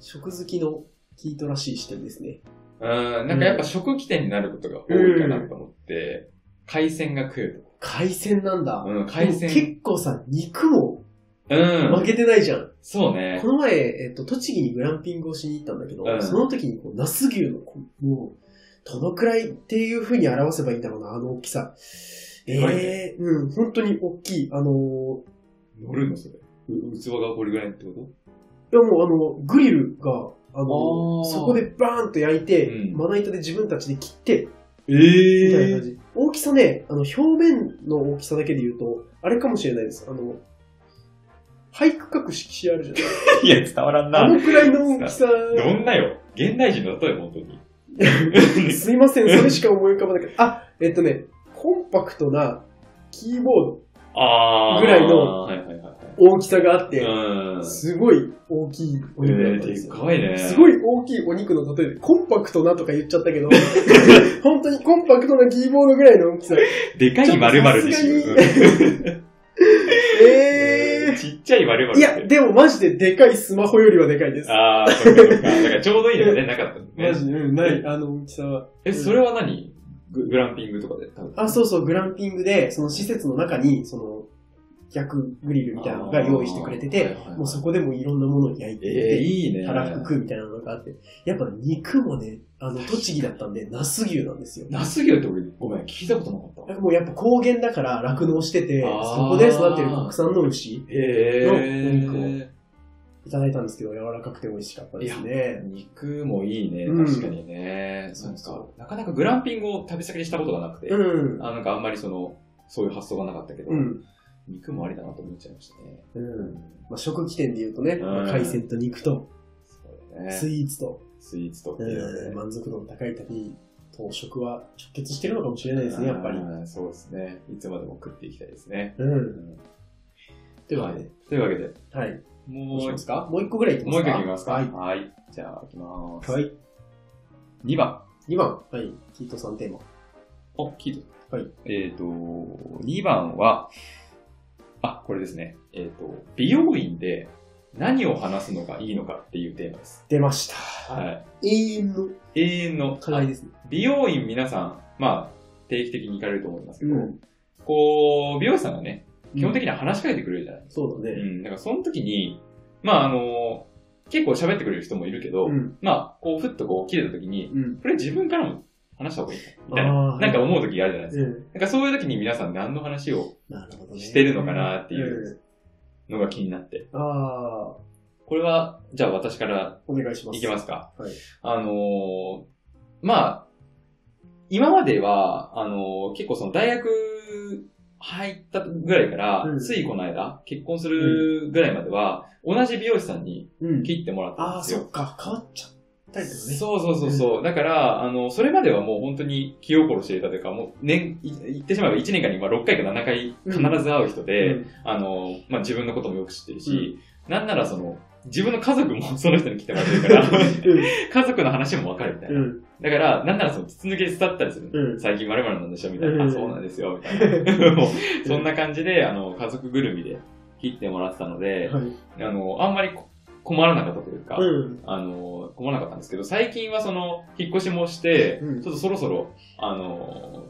Speaker 1: 食好きのキートらしい視点ですね。
Speaker 2: うん、なんかやっぱ食起点になることが多いかなと思って、海鮮が食える
Speaker 1: 海鮮なんだ
Speaker 2: と。。うん、海
Speaker 1: でも
Speaker 2: 鮮。
Speaker 1: 結構さ、肉も
Speaker 2: うん
Speaker 1: 負。けてないじゃん。
Speaker 2: そうね
Speaker 1: こ。の前、えっと、栃木にグランピングをしに行ったんだけど、
Speaker 2: うん
Speaker 1: その時にこう、ナス牛のこう、もう、どのくらいっていう風に表せばいいんだろうな、あの大きさ。
Speaker 2: でかいね
Speaker 1: えー、うん、本当に大きい。あのー
Speaker 2: 乗るのそれ。器がこれぐらいってこと
Speaker 1: いやもうあの、グリルが、あの
Speaker 2: あー
Speaker 1: そこでバーンと焼いて、
Speaker 2: うん
Speaker 1: まな板で自分たちで切って、
Speaker 2: え
Speaker 1: みたいな感
Speaker 2: え
Speaker 1: じ。大きさね、あの、表面の大きさだけで言うと、あれかもしれないです。あの、俳句書く色紙あるじゃない
Speaker 2: いや、伝わらん
Speaker 1: あ
Speaker 2: な。
Speaker 1: のくらいの大きさ。
Speaker 2: どんなよ。現代人の例え、本当に。
Speaker 1: すいません、それしか思い浮かばなかった。あ、えっとね、コンパクトなキーボード、
Speaker 2: あー。
Speaker 1: ぐらいの
Speaker 2: はいはいはい。
Speaker 1: 大きさがあって、
Speaker 2: うん。
Speaker 1: すごい大きいお
Speaker 2: え
Speaker 1: 肉だっ
Speaker 2: ー、
Speaker 1: たんです
Speaker 2: で
Speaker 1: よ。
Speaker 2: かいね。
Speaker 1: すごい大きいお肉の例えで、コンパクトなとか言っちゃったけど、 本当にコンパクトなキーボードぐらいの大きさ。
Speaker 2: でかい丸々でし
Speaker 1: ちょ
Speaker 2: ょ
Speaker 1: っと。さ
Speaker 2: う
Speaker 1: え
Speaker 2: んちっちゃい丸
Speaker 1: ー。
Speaker 2: 々
Speaker 1: いや、
Speaker 2: って。
Speaker 1: でもマジででかいスマホよりはでかいです。
Speaker 2: あー、そうかそうか。だからちょうどいいのがね、なかったの
Speaker 1: マ
Speaker 2: ね。
Speaker 1: ジで、うん、ない、あの大きさは。
Speaker 2: え、それは何ググランピングとかで食べた
Speaker 1: あ、そうそう、グランピングで、その施設の中に、その、焼くグリルみたいなのが用意してくれてて、もうそこでもういろんなものを焼いて
Speaker 2: え
Speaker 1: い
Speaker 2: ー、
Speaker 1: て、
Speaker 2: いいね。
Speaker 1: たらふく食うみたいなのがあって、やっぱ肉もね、あの、栃木だったんで、那須牛なんですよ。
Speaker 2: ナス牛って俺、ごめん、聞いたことなかったわ。
Speaker 1: もうやっぱ高原だから酪農してて、
Speaker 2: あー
Speaker 1: そこで育てる国産の牛、
Speaker 2: へ
Speaker 1: のお
Speaker 2: ー。
Speaker 1: いただいたんですけど、柔らかくて美味しかったですね。
Speaker 2: 肉もいいね、
Speaker 1: うん
Speaker 2: 確かにね。そう
Speaker 1: そ
Speaker 2: か。なかなかグランピングを旅先にしたことがなくて、
Speaker 1: うん。
Speaker 2: あなんかあんまりその、そういう発想がなかったけど、
Speaker 1: うん。
Speaker 2: 肉もありだなと思っちゃいましたね。
Speaker 1: うん。まあ、食起点で言うとね、
Speaker 2: ん
Speaker 1: まあ海鮮と肉と、
Speaker 2: そうだね。
Speaker 1: スイーツと、
Speaker 2: スイーツとっていう
Speaker 1: うん、
Speaker 2: ね
Speaker 1: 満足度の高い旅と食は直結してるのかもしれないですね、やっぱり。
Speaker 2: あーそうですね。いつまでも食っていきたいですね。
Speaker 1: うん。
Speaker 2: というわけで。というわけで。
Speaker 1: はい。ど
Speaker 2: も
Speaker 1: うし
Speaker 2: う
Speaker 1: ますかもう一個ぐらいいきま
Speaker 2: もう
Speaker 1: す
Speaker 2: 一
Speaker 1: か
Speaker 2: 回いきますか。
Speaker 1: は
Speaker 2: はいい。。じゃあ、いきます。
Speaker 1: はい。
Speaker 2: 2番。
Speaker 1: 2番。はい。キートさんテーマ。
Speaker 2: お、聞いた。
Speaker 1: はい。
Speaker 2: えっ、と、2番は、あ、これですね。えっ、と、美容院で何を話すのがいいのかっていうテーマです。
Speaker 1: 出ました。
Speaker 2: はい。
Speaker 1: 永遠の
Speaker 2: 永遠の
Speaker 1: 課題ですね。
Speaker 2: 美容院皆さん、まあ、定期的に行かれると思いますけど、
Speaker 1: うん
Speaker 2: こう、美容師さんがね、基本的には話しかけてくれるじゃないです
Speaker 1: そうだ
Speaker 2: か。う
Speaker 1: ね。
Speaker 2: ん。だからその時に、まああの、結構喋ってくれる人もいるけど、
Speaker 1: ん。
Speaker 2: まあ、こう、ふっとこう、切れた時に、
Speaker 1: うん。
Speaker 2: これ自分からも話した方がいいかみたいな、
Speaker 1: ああ。
Speaker 2: なんか思う時があるじゃないですか。
Speaker 1: うん。
Speaker 2: なんかそういう時に皆さん何の話を
Speaker 1: なるほどね。
Speaker 2: してるのかなっていうのが気になって。
Speaker 1: うん。ああ、
Speaker 2: これは、じゃあ私から
Speaker 1: お願いします。。
Speaker 2: いきますすか。
Speaker 1: はい
Speaker 2: あのーまあ、今までは、あのー結構その大学入ったぐらいから、
Speaker 1: うん
Speaker 2: ついこの間、結婚するぐらいまでは、同じ美容師さんに
Speaker 1: うん。
Speaker 2: 切ってもらった
Speaker 1: あ
Speaker 2: ん
Speaker 1: あ、
Speaker 2: ですよ
Speaker 1: そ。っか。変わっちゃったりとかね。
Speaker 2: そうそうそうそう。だから、あの、それまではもう本当に気心していたというか、もう年、い言ってしまえば1年間にまあ6回か7回必ず会う人で、
Speaker 1: うん
Speaker 2: あの、まあ、自分のこともよく知ってるし、なんならその、自分の家族もその人に来てもらってるから、家族の話もわかるみたいな。
Speaker 1: うん。
Speaker 2: だから、なんならその、筒抜け伝ったりする。
Speaker 1: うん。
Speaker 2: 最近〇〇なんでしょみたいな。
Speaker 1: うん
Speaker 2: あ、そうなんですよ。みたいな。 もうそんな感じで、あの、家族ぐるみで切ってもらってたので、
Speaker 1: はい。
Speaker 2: あの、あんまりこ困らなかったというか、
Speaker 1: うん。
Speaker 2: あの、困らなかったんですけど、最近はその、引っ越しもして、
Speaker 1: うん
Speaker 2: ちょっとそろそろ、あの、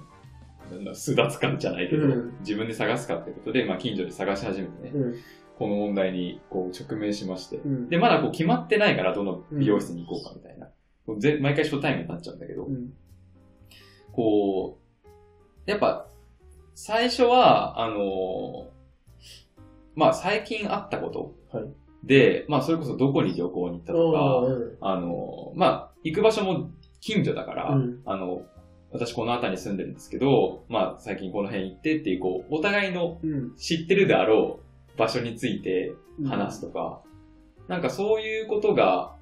Speaker 2: なんだ、巣立つかじゃないけど、
Speaker 1: うん
Speaker 2: 自分で探すかってことで、まあ、近所で探し始めてね、
Speaker 1: うん。
Speaker 2: この問題にこう直面しまして、
Speaker 1: うん。
Speaker 2: で、まだこう決まってないから、どの美容室に行こうかみたいな。こうぜ毎回初対面になっちゃうんだけど、
Speaker 1: うん。
Speaker 2: こう、やっぱ、最初は、あのーまあ、最近あったこと
Speaker 1: はい
Speaker 2: で、まあ、それこそどこに旅行に行ったとか、
Speaker 1: うん
Speaker 2: あの、まあ、行く場所も近所だから、
Speaker 1: うん
Speaker 2: あの、私この辺りに住んでるんですけど、まあ最近この辺行ってっていう、こう、お互いの
Speaker 1: うん。
Speaker 2: 知ってるであろう場所について
Speaker 1: うん
Speaker 2: 話すとか、なんかそういうことが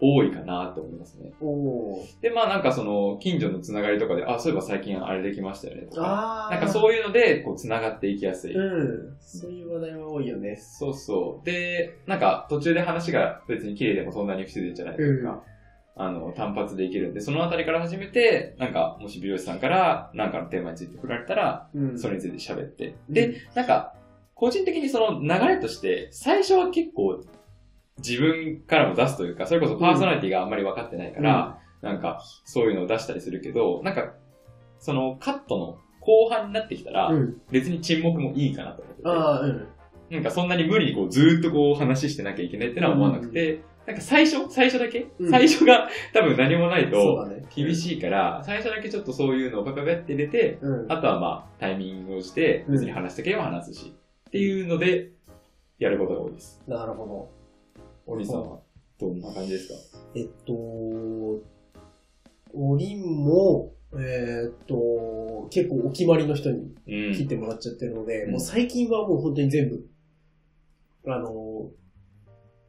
Speaker 2: 多いかなと思いますね。
Speaker 1: おー
Speaker 2: で、まあなんかその、近所のつながりとかで、あ、そういえば最近あれできましたよねとか、
Speaker 1: あ
Speaker 2: なんか
Speaker 1: う。
Speaker 2: そういうので、こう、つながっていきやすい。
Speaker 1: うん。そういう話題は多いよね。
Speaker 2: そうそう。で、なんか途中で話が別に綺麗でもそんなに不自然じゃないというか、あの、単発でいけるんで、そのあたりから始めて、なんかもし美容師さんからなんかのテーマについて振られたら、
Speaker 1: うん。
Speaker 2: それについて喋って。
Speaker 1: うん
Speaker 2: で、なんか、個人的にその流れとして、最初は結構自分からも出すというか、それこそパーソナリティがあんまり分かってないから、なんかそういうのを出したりするけど、なんか、そのカットの後半になってきたら、
Speaker 1: うん。
Speaker 2: 別に沈黙もいいかなと思ってて。
Speaker 1: ああ、うん。
Speaker 2: なんかそんなに無理にこうずーっとこう話してなきゃいけないってのは思わなくて、なんか最初、最初だけ、
Speaker 1: うん
Speaker 2: 最初が多分何もない
Speaker 1: そう
Speaker 2: と
Speaker 1: だね。
Speaker 2: 厳しいから、最初だけちょっとそういうのをパパパって入れて、
Speaker 1: うん。
Speaker 2: あとはまあタイミングをして、別に話したければ話すし、っていうので、やることが多いです。
Speaker 1: なるほ
Speaker 2: お兄さんはどんな感じですか
Speaker 1: ど。えっと、檻も、えーっと、結構お決まりの人に
Speaker 2: う
Speaker 1: 切っ
Speaker 2: ん。
Speaker 1: てもらっちゃってるので、
Speaker 2: うん
Speaker 1: もう最近はもう本当に全部、あの、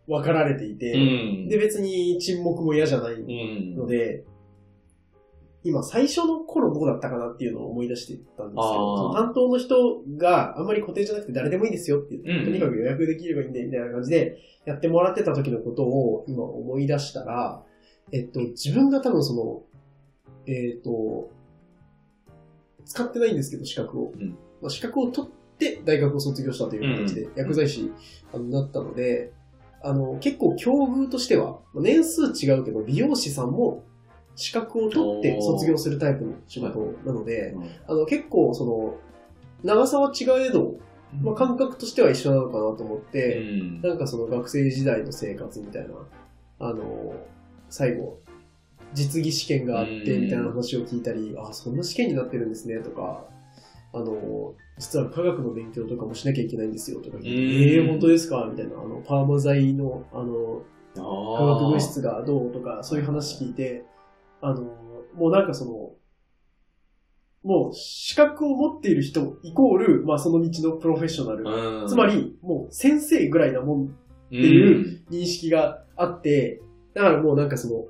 Speaker 1: 分かられていて、
Speaker 2: うん。
Speaker 1: で、別に沈黙も嫌じゃない
Speaker 2: うん。
Speaker 1: ので、今最初の頃どうだったかなっていうのを思い出してたんですけど、そ
Speaker 2: あー
Speaker 1: の担当の人があんまり固定じゃなくて誰でもいいんですよって言って、
Speaker 2: うん
Speaker 1: とにかく予約できればいいんでみたいな感じでやってもらってた時のことを今思い出したら、えっと、自分が多分その、えっと、使ってないんですけど、資格を。
Speaker 2: うん
Speaker 1: まあ、資格を取って大学を卒業したという形で、
Speaker 2: うん
Speaker 1: 薬剤師あのなったので、あの、結構境遇としては、年数違うけど、美容師さんも資格を取って卒業するタイプの仕事なので、あの、結構その、長さは違えど、まあ、感覚としては一緒なのかなと思っ
Speaker 2: う
Speaker 1: て、
Speaker 2: ん。
Speaker 1: なんかその学生時代の生活みたいな、あの、最後、実技試験があって
Speaker 2: うん
Speaker 1: みたいな話を聞いたり、あ、そんな試験になってるんですねとか、あの、実は科学の勉強とかもしなきゃいけないんですよとか聞いて、え
Speaker 2: うん
Speaker 1: ー、本当ですかみたいな、あの、パーマ剤の、あの、
Speaker 2: 化
Speaker 1: 化学物質がどうとか、そういう話聞いて、あの、もうなんかその、もう資格を持っている人イコール、まあその道のプロフェッショナル
Speaker 2: うん。
Speaker 1: つまり、もう先生ぐらいなもん、
Speaker 2: て
Speaker 1: いう認識があって、だからもうなんかその、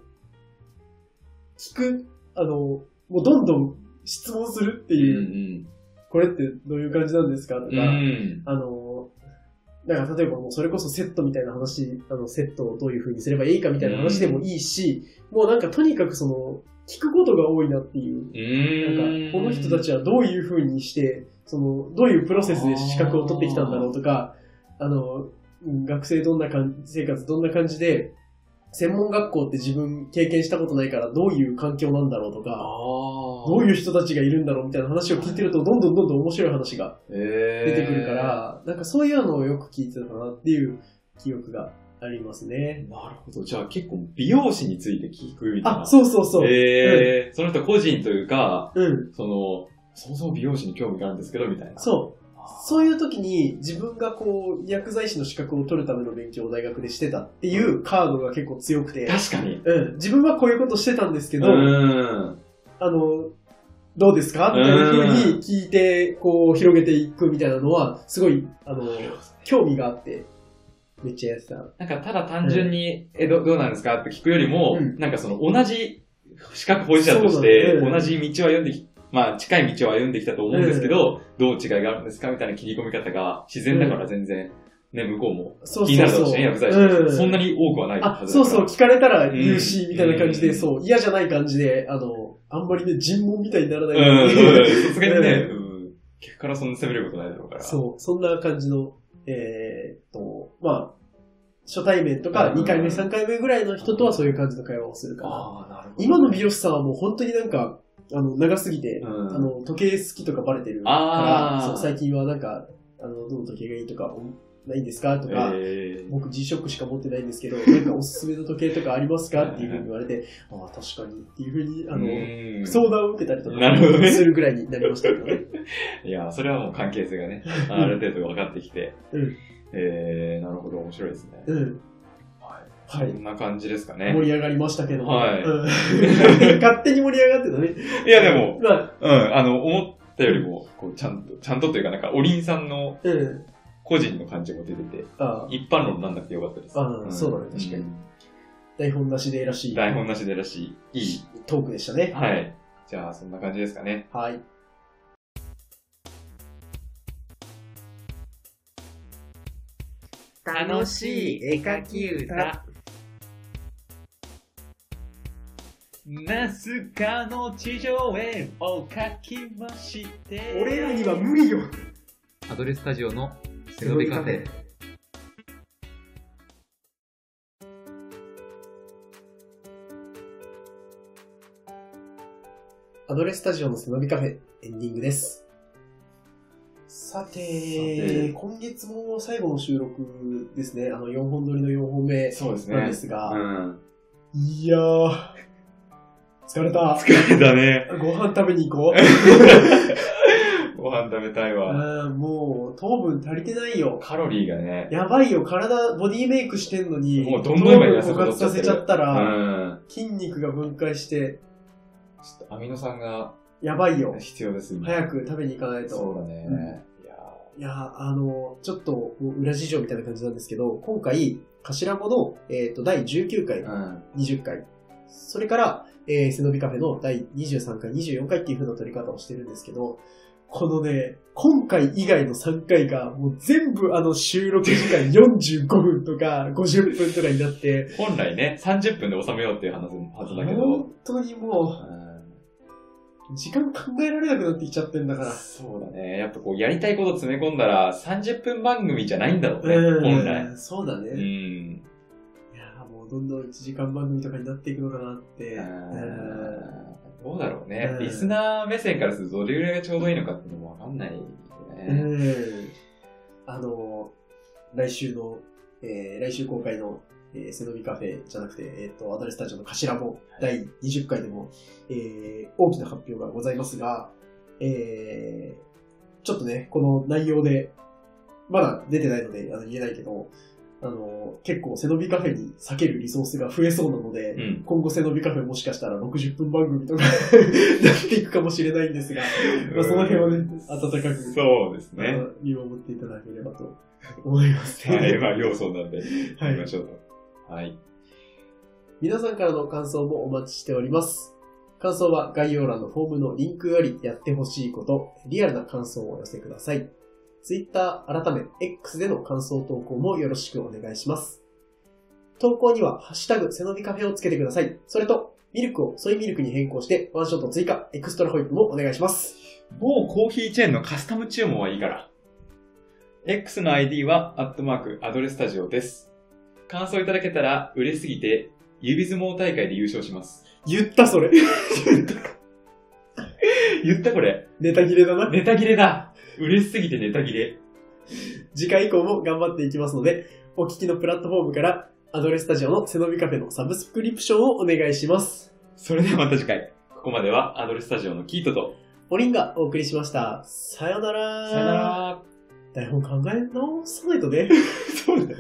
Speaker 1: 聞く、あの、もうどんどん質問するって
Speaker 2: う
Speaker 1: いう、
Speaker 2: ん。
Speaker 1: これってどういう感じなんですかとか、
Speaker 2: うん。うん。
Speaker 1: あの、だから例えばもうそれこそセットみたいな話、あのセットをどういう風にすればいいかみたいな話でもいいし、もうなんかとにかくその、聞くことが多いなっていう。なんか、この人たちはどういう風にして、その、どういうプロセスで資格を取ってきたんだろうとか、あの、うん学生どんな感じ、生活どんな感じで、専門学校って自分経験したことないからどういう環境なんだろうとか、
Speaker 2: あ
Speaker 1: どういう人たちがいるんだろうみたいな話を聞いてると、どんどんどんどん面白い話が
Speaker 2: 出
Speaker 1: 出てくるか、ら、なんかそういうのをよく聞いてたなっていう記憶がありますね。
Speaker 2: なるほど。じゃあ結構美容師について聞くみたいな。
Speaker 1: あ、そうそうそう。
Speaker 2: えーその人個人というか、
Speaker 1: うん。
Speaker 2: その、そもそも美容師に興味があるんですけど、みたいな。
Speaker 1: そう。
Speaker 2: う。
Speaker 1: そういう時に自分がこう薬剤師の資格を取るための勉強を大学でしてたっていうカードが結構強くて、
Speaker 2: 確かに。
Speaker 1: うん、自分はこういうことしてたんですけ
Speaker 2: う
Speaker 1: ど、
Speaker 2: ん。
Speaker 1: あの、どうですかみたいな風に聞いて、こう広げていくみたいなのは、すごい、あの、興味があって、めっちゃやってた。
Speaker 2: なんかただ単純に、え、どどうなんですかって聞くよりも、
Speaker 1: うん
Speaker 2: なんかその同じ資格保持者とし
Speaker 1: そ
Speaker 2: て、
Speaker 1: うだね
Speaker 2: 同じ道を歩んでき、まあ近い道を歩んできたと思うんですけど、どう違いがあるんですかみたいな切り込み方が自然だから全然、ね、向こうも
Speaker 1: そうそうそう。
Speaker 2: 気になるだろうしね、薬剤師としてそんな
Speaker 1: に。
Speaker 2: に多くはないは
Speaker 1: あ、
Speaker 2: ず
Speaker 1: そう
Speaker 2: だから
Speaker 1: そう、聞かれたら言うし、
Speaker 2: うん
Speaker 1: みたいな感じで、
Speaker 2: うん
Speaker 1: そう、嫌じゃない感じで、あの、あんまりね、尋問みたいにならないように
Speaker 2: うん、さすがにね、うん。結果からそんな攻めることないだろうから。
Speaker 1: そう、そんな感じの、えーっと、まあ、初対面とか
Speaker 2: うん
Speaker 1: 2回目、3回目ぐらいの人とはそういう感じの会話をするかな。
Speaker 2: ああ、なるほど。
Speaker 1: 今の美容師さんはもう本当になんか、あの、長すぎて、
Speaker 2: うん
Speaker 1: あの、時計好きとかバレてるから
Speaker 2: あ、ー
Speaker 1: そう最近はなんか、あの、どの時計がいいとか、おないんですかとか、
Speaker 2: えー
Speaker 1: 僕 G-SHOCK しか持ってないんですけど、なんかおすすめの時計とかありますかっていうふうに言われて、ああ、確かにっていうふうに、あの、
Speaker 2: うん
Speaker 1: 相談を受けたりとか
Speaker 2: なるほどね
Speaker 1: するぐらいになりましたけどね。
Speaker 2: いや、それはもう関係性がね、ある程度分かってきて。
Speaker 1: うん
Speaker 2: えー、なるほど、面白いですね。
Speaker 1: うん。
Speaker 2: はい。
Speaker 1: は
Speaker 2: こ
Speaker 1: い。
Speaker 2: んな感じですかね
Speaker 1: 盛。り上がりましたけども。
Speaker 2: はい
Speaker 1: うん勝手に盛り上がってたね。
Speaker 2: いや、でも、
Speaker 1: まあ、
Speaker 2: うん、あの、思ったよりも、こう、ちゃんと、ちゃんとというか、なんか、おりんさんの
Speaker 1: うん。
Speaker 2: 個人の感じも出てて、
Speaker 1: ああ
Speaker 2: 一般論なんだってよかったです。
Speaker 1: あーそうだね確かに台本なしでらし
Speaker 2: に
Speaker 1: い
Speaker 2: 台本なしでらしい、いい
Speaker 1: トークでしたね。
Speaker 2: はい。じゃあ、そんな感じですかね。
Speaker 1: はい。
Speaker 4: 楽しい絵描き歌。
Speaker 3: ナスカの地上絵を描きまして
Speaker 1: 俺らには無理よ。
Speaker 5: アドレスタジオの背伸びカフェ。
Speaker 1: アドレスタジオの背伸びカフェ、エンディングです。さて、
Speaker 2: さて
Speaker 1: 今月も最後の収録ですね。あの、4本撮りの4本目
Speaker 2: そうです
Speaker 1: なん
Speaker 2: ね
Speaker 1: で。すが、
Speaker 2: うん。
Speaker 1: いやー、疲れた。
Speaker 2: だね。
Speaker 1: ご飯食べに行こう。
Speaker 2: ご飯食べたいわ。
Speaker 1: あーもう、糖分足りてないよ。
Speaker 2: カロリーがね。
Speaker 1: やばいよ、体、ボディメイクしてんのに、
Speaker 2: もうどんどん
Speaker 1: 糖
Speaker 2: 今
Speaker 1: 分
Speaker 2: 痩せ
Speaker 1: 枯
Speaker 2: 戻
Speaker 1: 渇
Speaker 2: っちゃ
Speaker 1: さ
Speaker 2: って
Speaker 1: せ
Speaker 2: る
Speaker 1: ちゃった
Speaker 2: う
Speaker 1: ら、
Speaker 2: ん。
Speaker 1: 筋肉が分解して、
Speaker 2: ちょっとアミノ酸が
Speaker 1: やばいよ。
Speaker 2: 必要です、今。
Speaker 1: 早く食べに行かない
Speaker 2: そ
Speaker 1: と。
Speaker 2: うだね。
Speaker 1: うん
Speaker 2: いや
Speaker 1: いやー、あのー、ちょっと、もう裏事情みたいな感じなんですけど、今回、頭語の、えっ、と、第19回
Speaker 2: ー、うん。
Speaker 1: 20回。それから、えー、背伸びカフェの第23回、24回っていう風な取り方をしてるんですけど、このね、今回以外の3回が、もう全部あの収録時間45分とか50分とかになって、
Speaker 2: 本来ね、30分で収めようっていう話はずだけど
Speaker 1: 本、当にも
Speaker 2: う
Speaker 1: う、時間考えられなくなってきちゃってるんだか
Speaker 2: ん、
Speaker 1: ら。
Speaker 2: そうだね。やっぱこう、やりたいこと詰め込んだら、30分番組じゃないんだろうね、
Speaker 1: うん
Speaker 2: 本来。
Speaker 1: そうだね。
Speaker 2: う
Speaker 1: い
Speaker 2: ん。
Speaker 1: やーもうどんどん1時間番組とかになっていくのかなって。うん
Speaker 2: どうだろうね
Speaker 1: う。ん
Speaker 2: リスナー目線からすると、どれぐらいがちょうどいいのかっていうのもわかんないよね。
Speaker 1: うんあの、来週の、えー来週公開の、えー、背伸びカフェじゃなくて、えっ、と、アドレスタジオの頭も、第20回でも、えー大きな発表がございますが、えーちょっとね、この内容で、まだ出てないので、あの言えないけど、あの、結構背伸びカフェに避けるリソースが増えそうなので、
Speaker 2: うん。
Speaker 1: 今後背伸びカフェもしかしたら60分番組とか なっていくかもしれないんですが、まあ、その辺はね、温かく
Speaker 2: そうです
Speaker 1: あ
Speaker 2: ね。
Speaker 1: の見守っていただければと思います、
Speaker 2: はい、まあ、要素なんで、
Speaker 1: は
Speaker 2: 行きま
Speaker 1: い。
Speaker 2: しょうと。はい。
Speaker 1: 皆さんからの感想もお待ちしております。感想は概要欄のフォームのリンクよりやってほしいこと、リアルな感想をお寄せください。Twitter 改め X での感想投稿もよろしくお願いします。投稿には、ハッシュタグ、背伸びカフェをつけてください。それと、ミルクをソイミルクに変更して、ワンショット追加、エクストラホイップもお願いします。
Speaker 2: 某コーヒーチェーンのカスタム注文はいいから。X の ID は、アットマーク、アドレスタジオです。感想いただけたら、嬉しすぎて、指相撲大会で優勝します。
Speaker 1: 言った、それ。
Speaker 2: 言ったこれ。
Speaker 1: ネタ切れだな。
Speaker 2: ネタ切れだ。嬉しすぎてネタ切れ。
Speaker 1: 次回以降も頑張っていきますので、お聞きのプラットフォームから、アドレスタジオの背伸びカフェのサブスクリプションをお願いします。
Speaker 2: それではまた次回。ここまでは、アドレススタジオのキートと、
Speaker 1: おりんがお送りしました。さよなら。
Speaker 2: さよなら。
Speaker 1: 台本考え直さないとね。
Speaker 2: そうだよ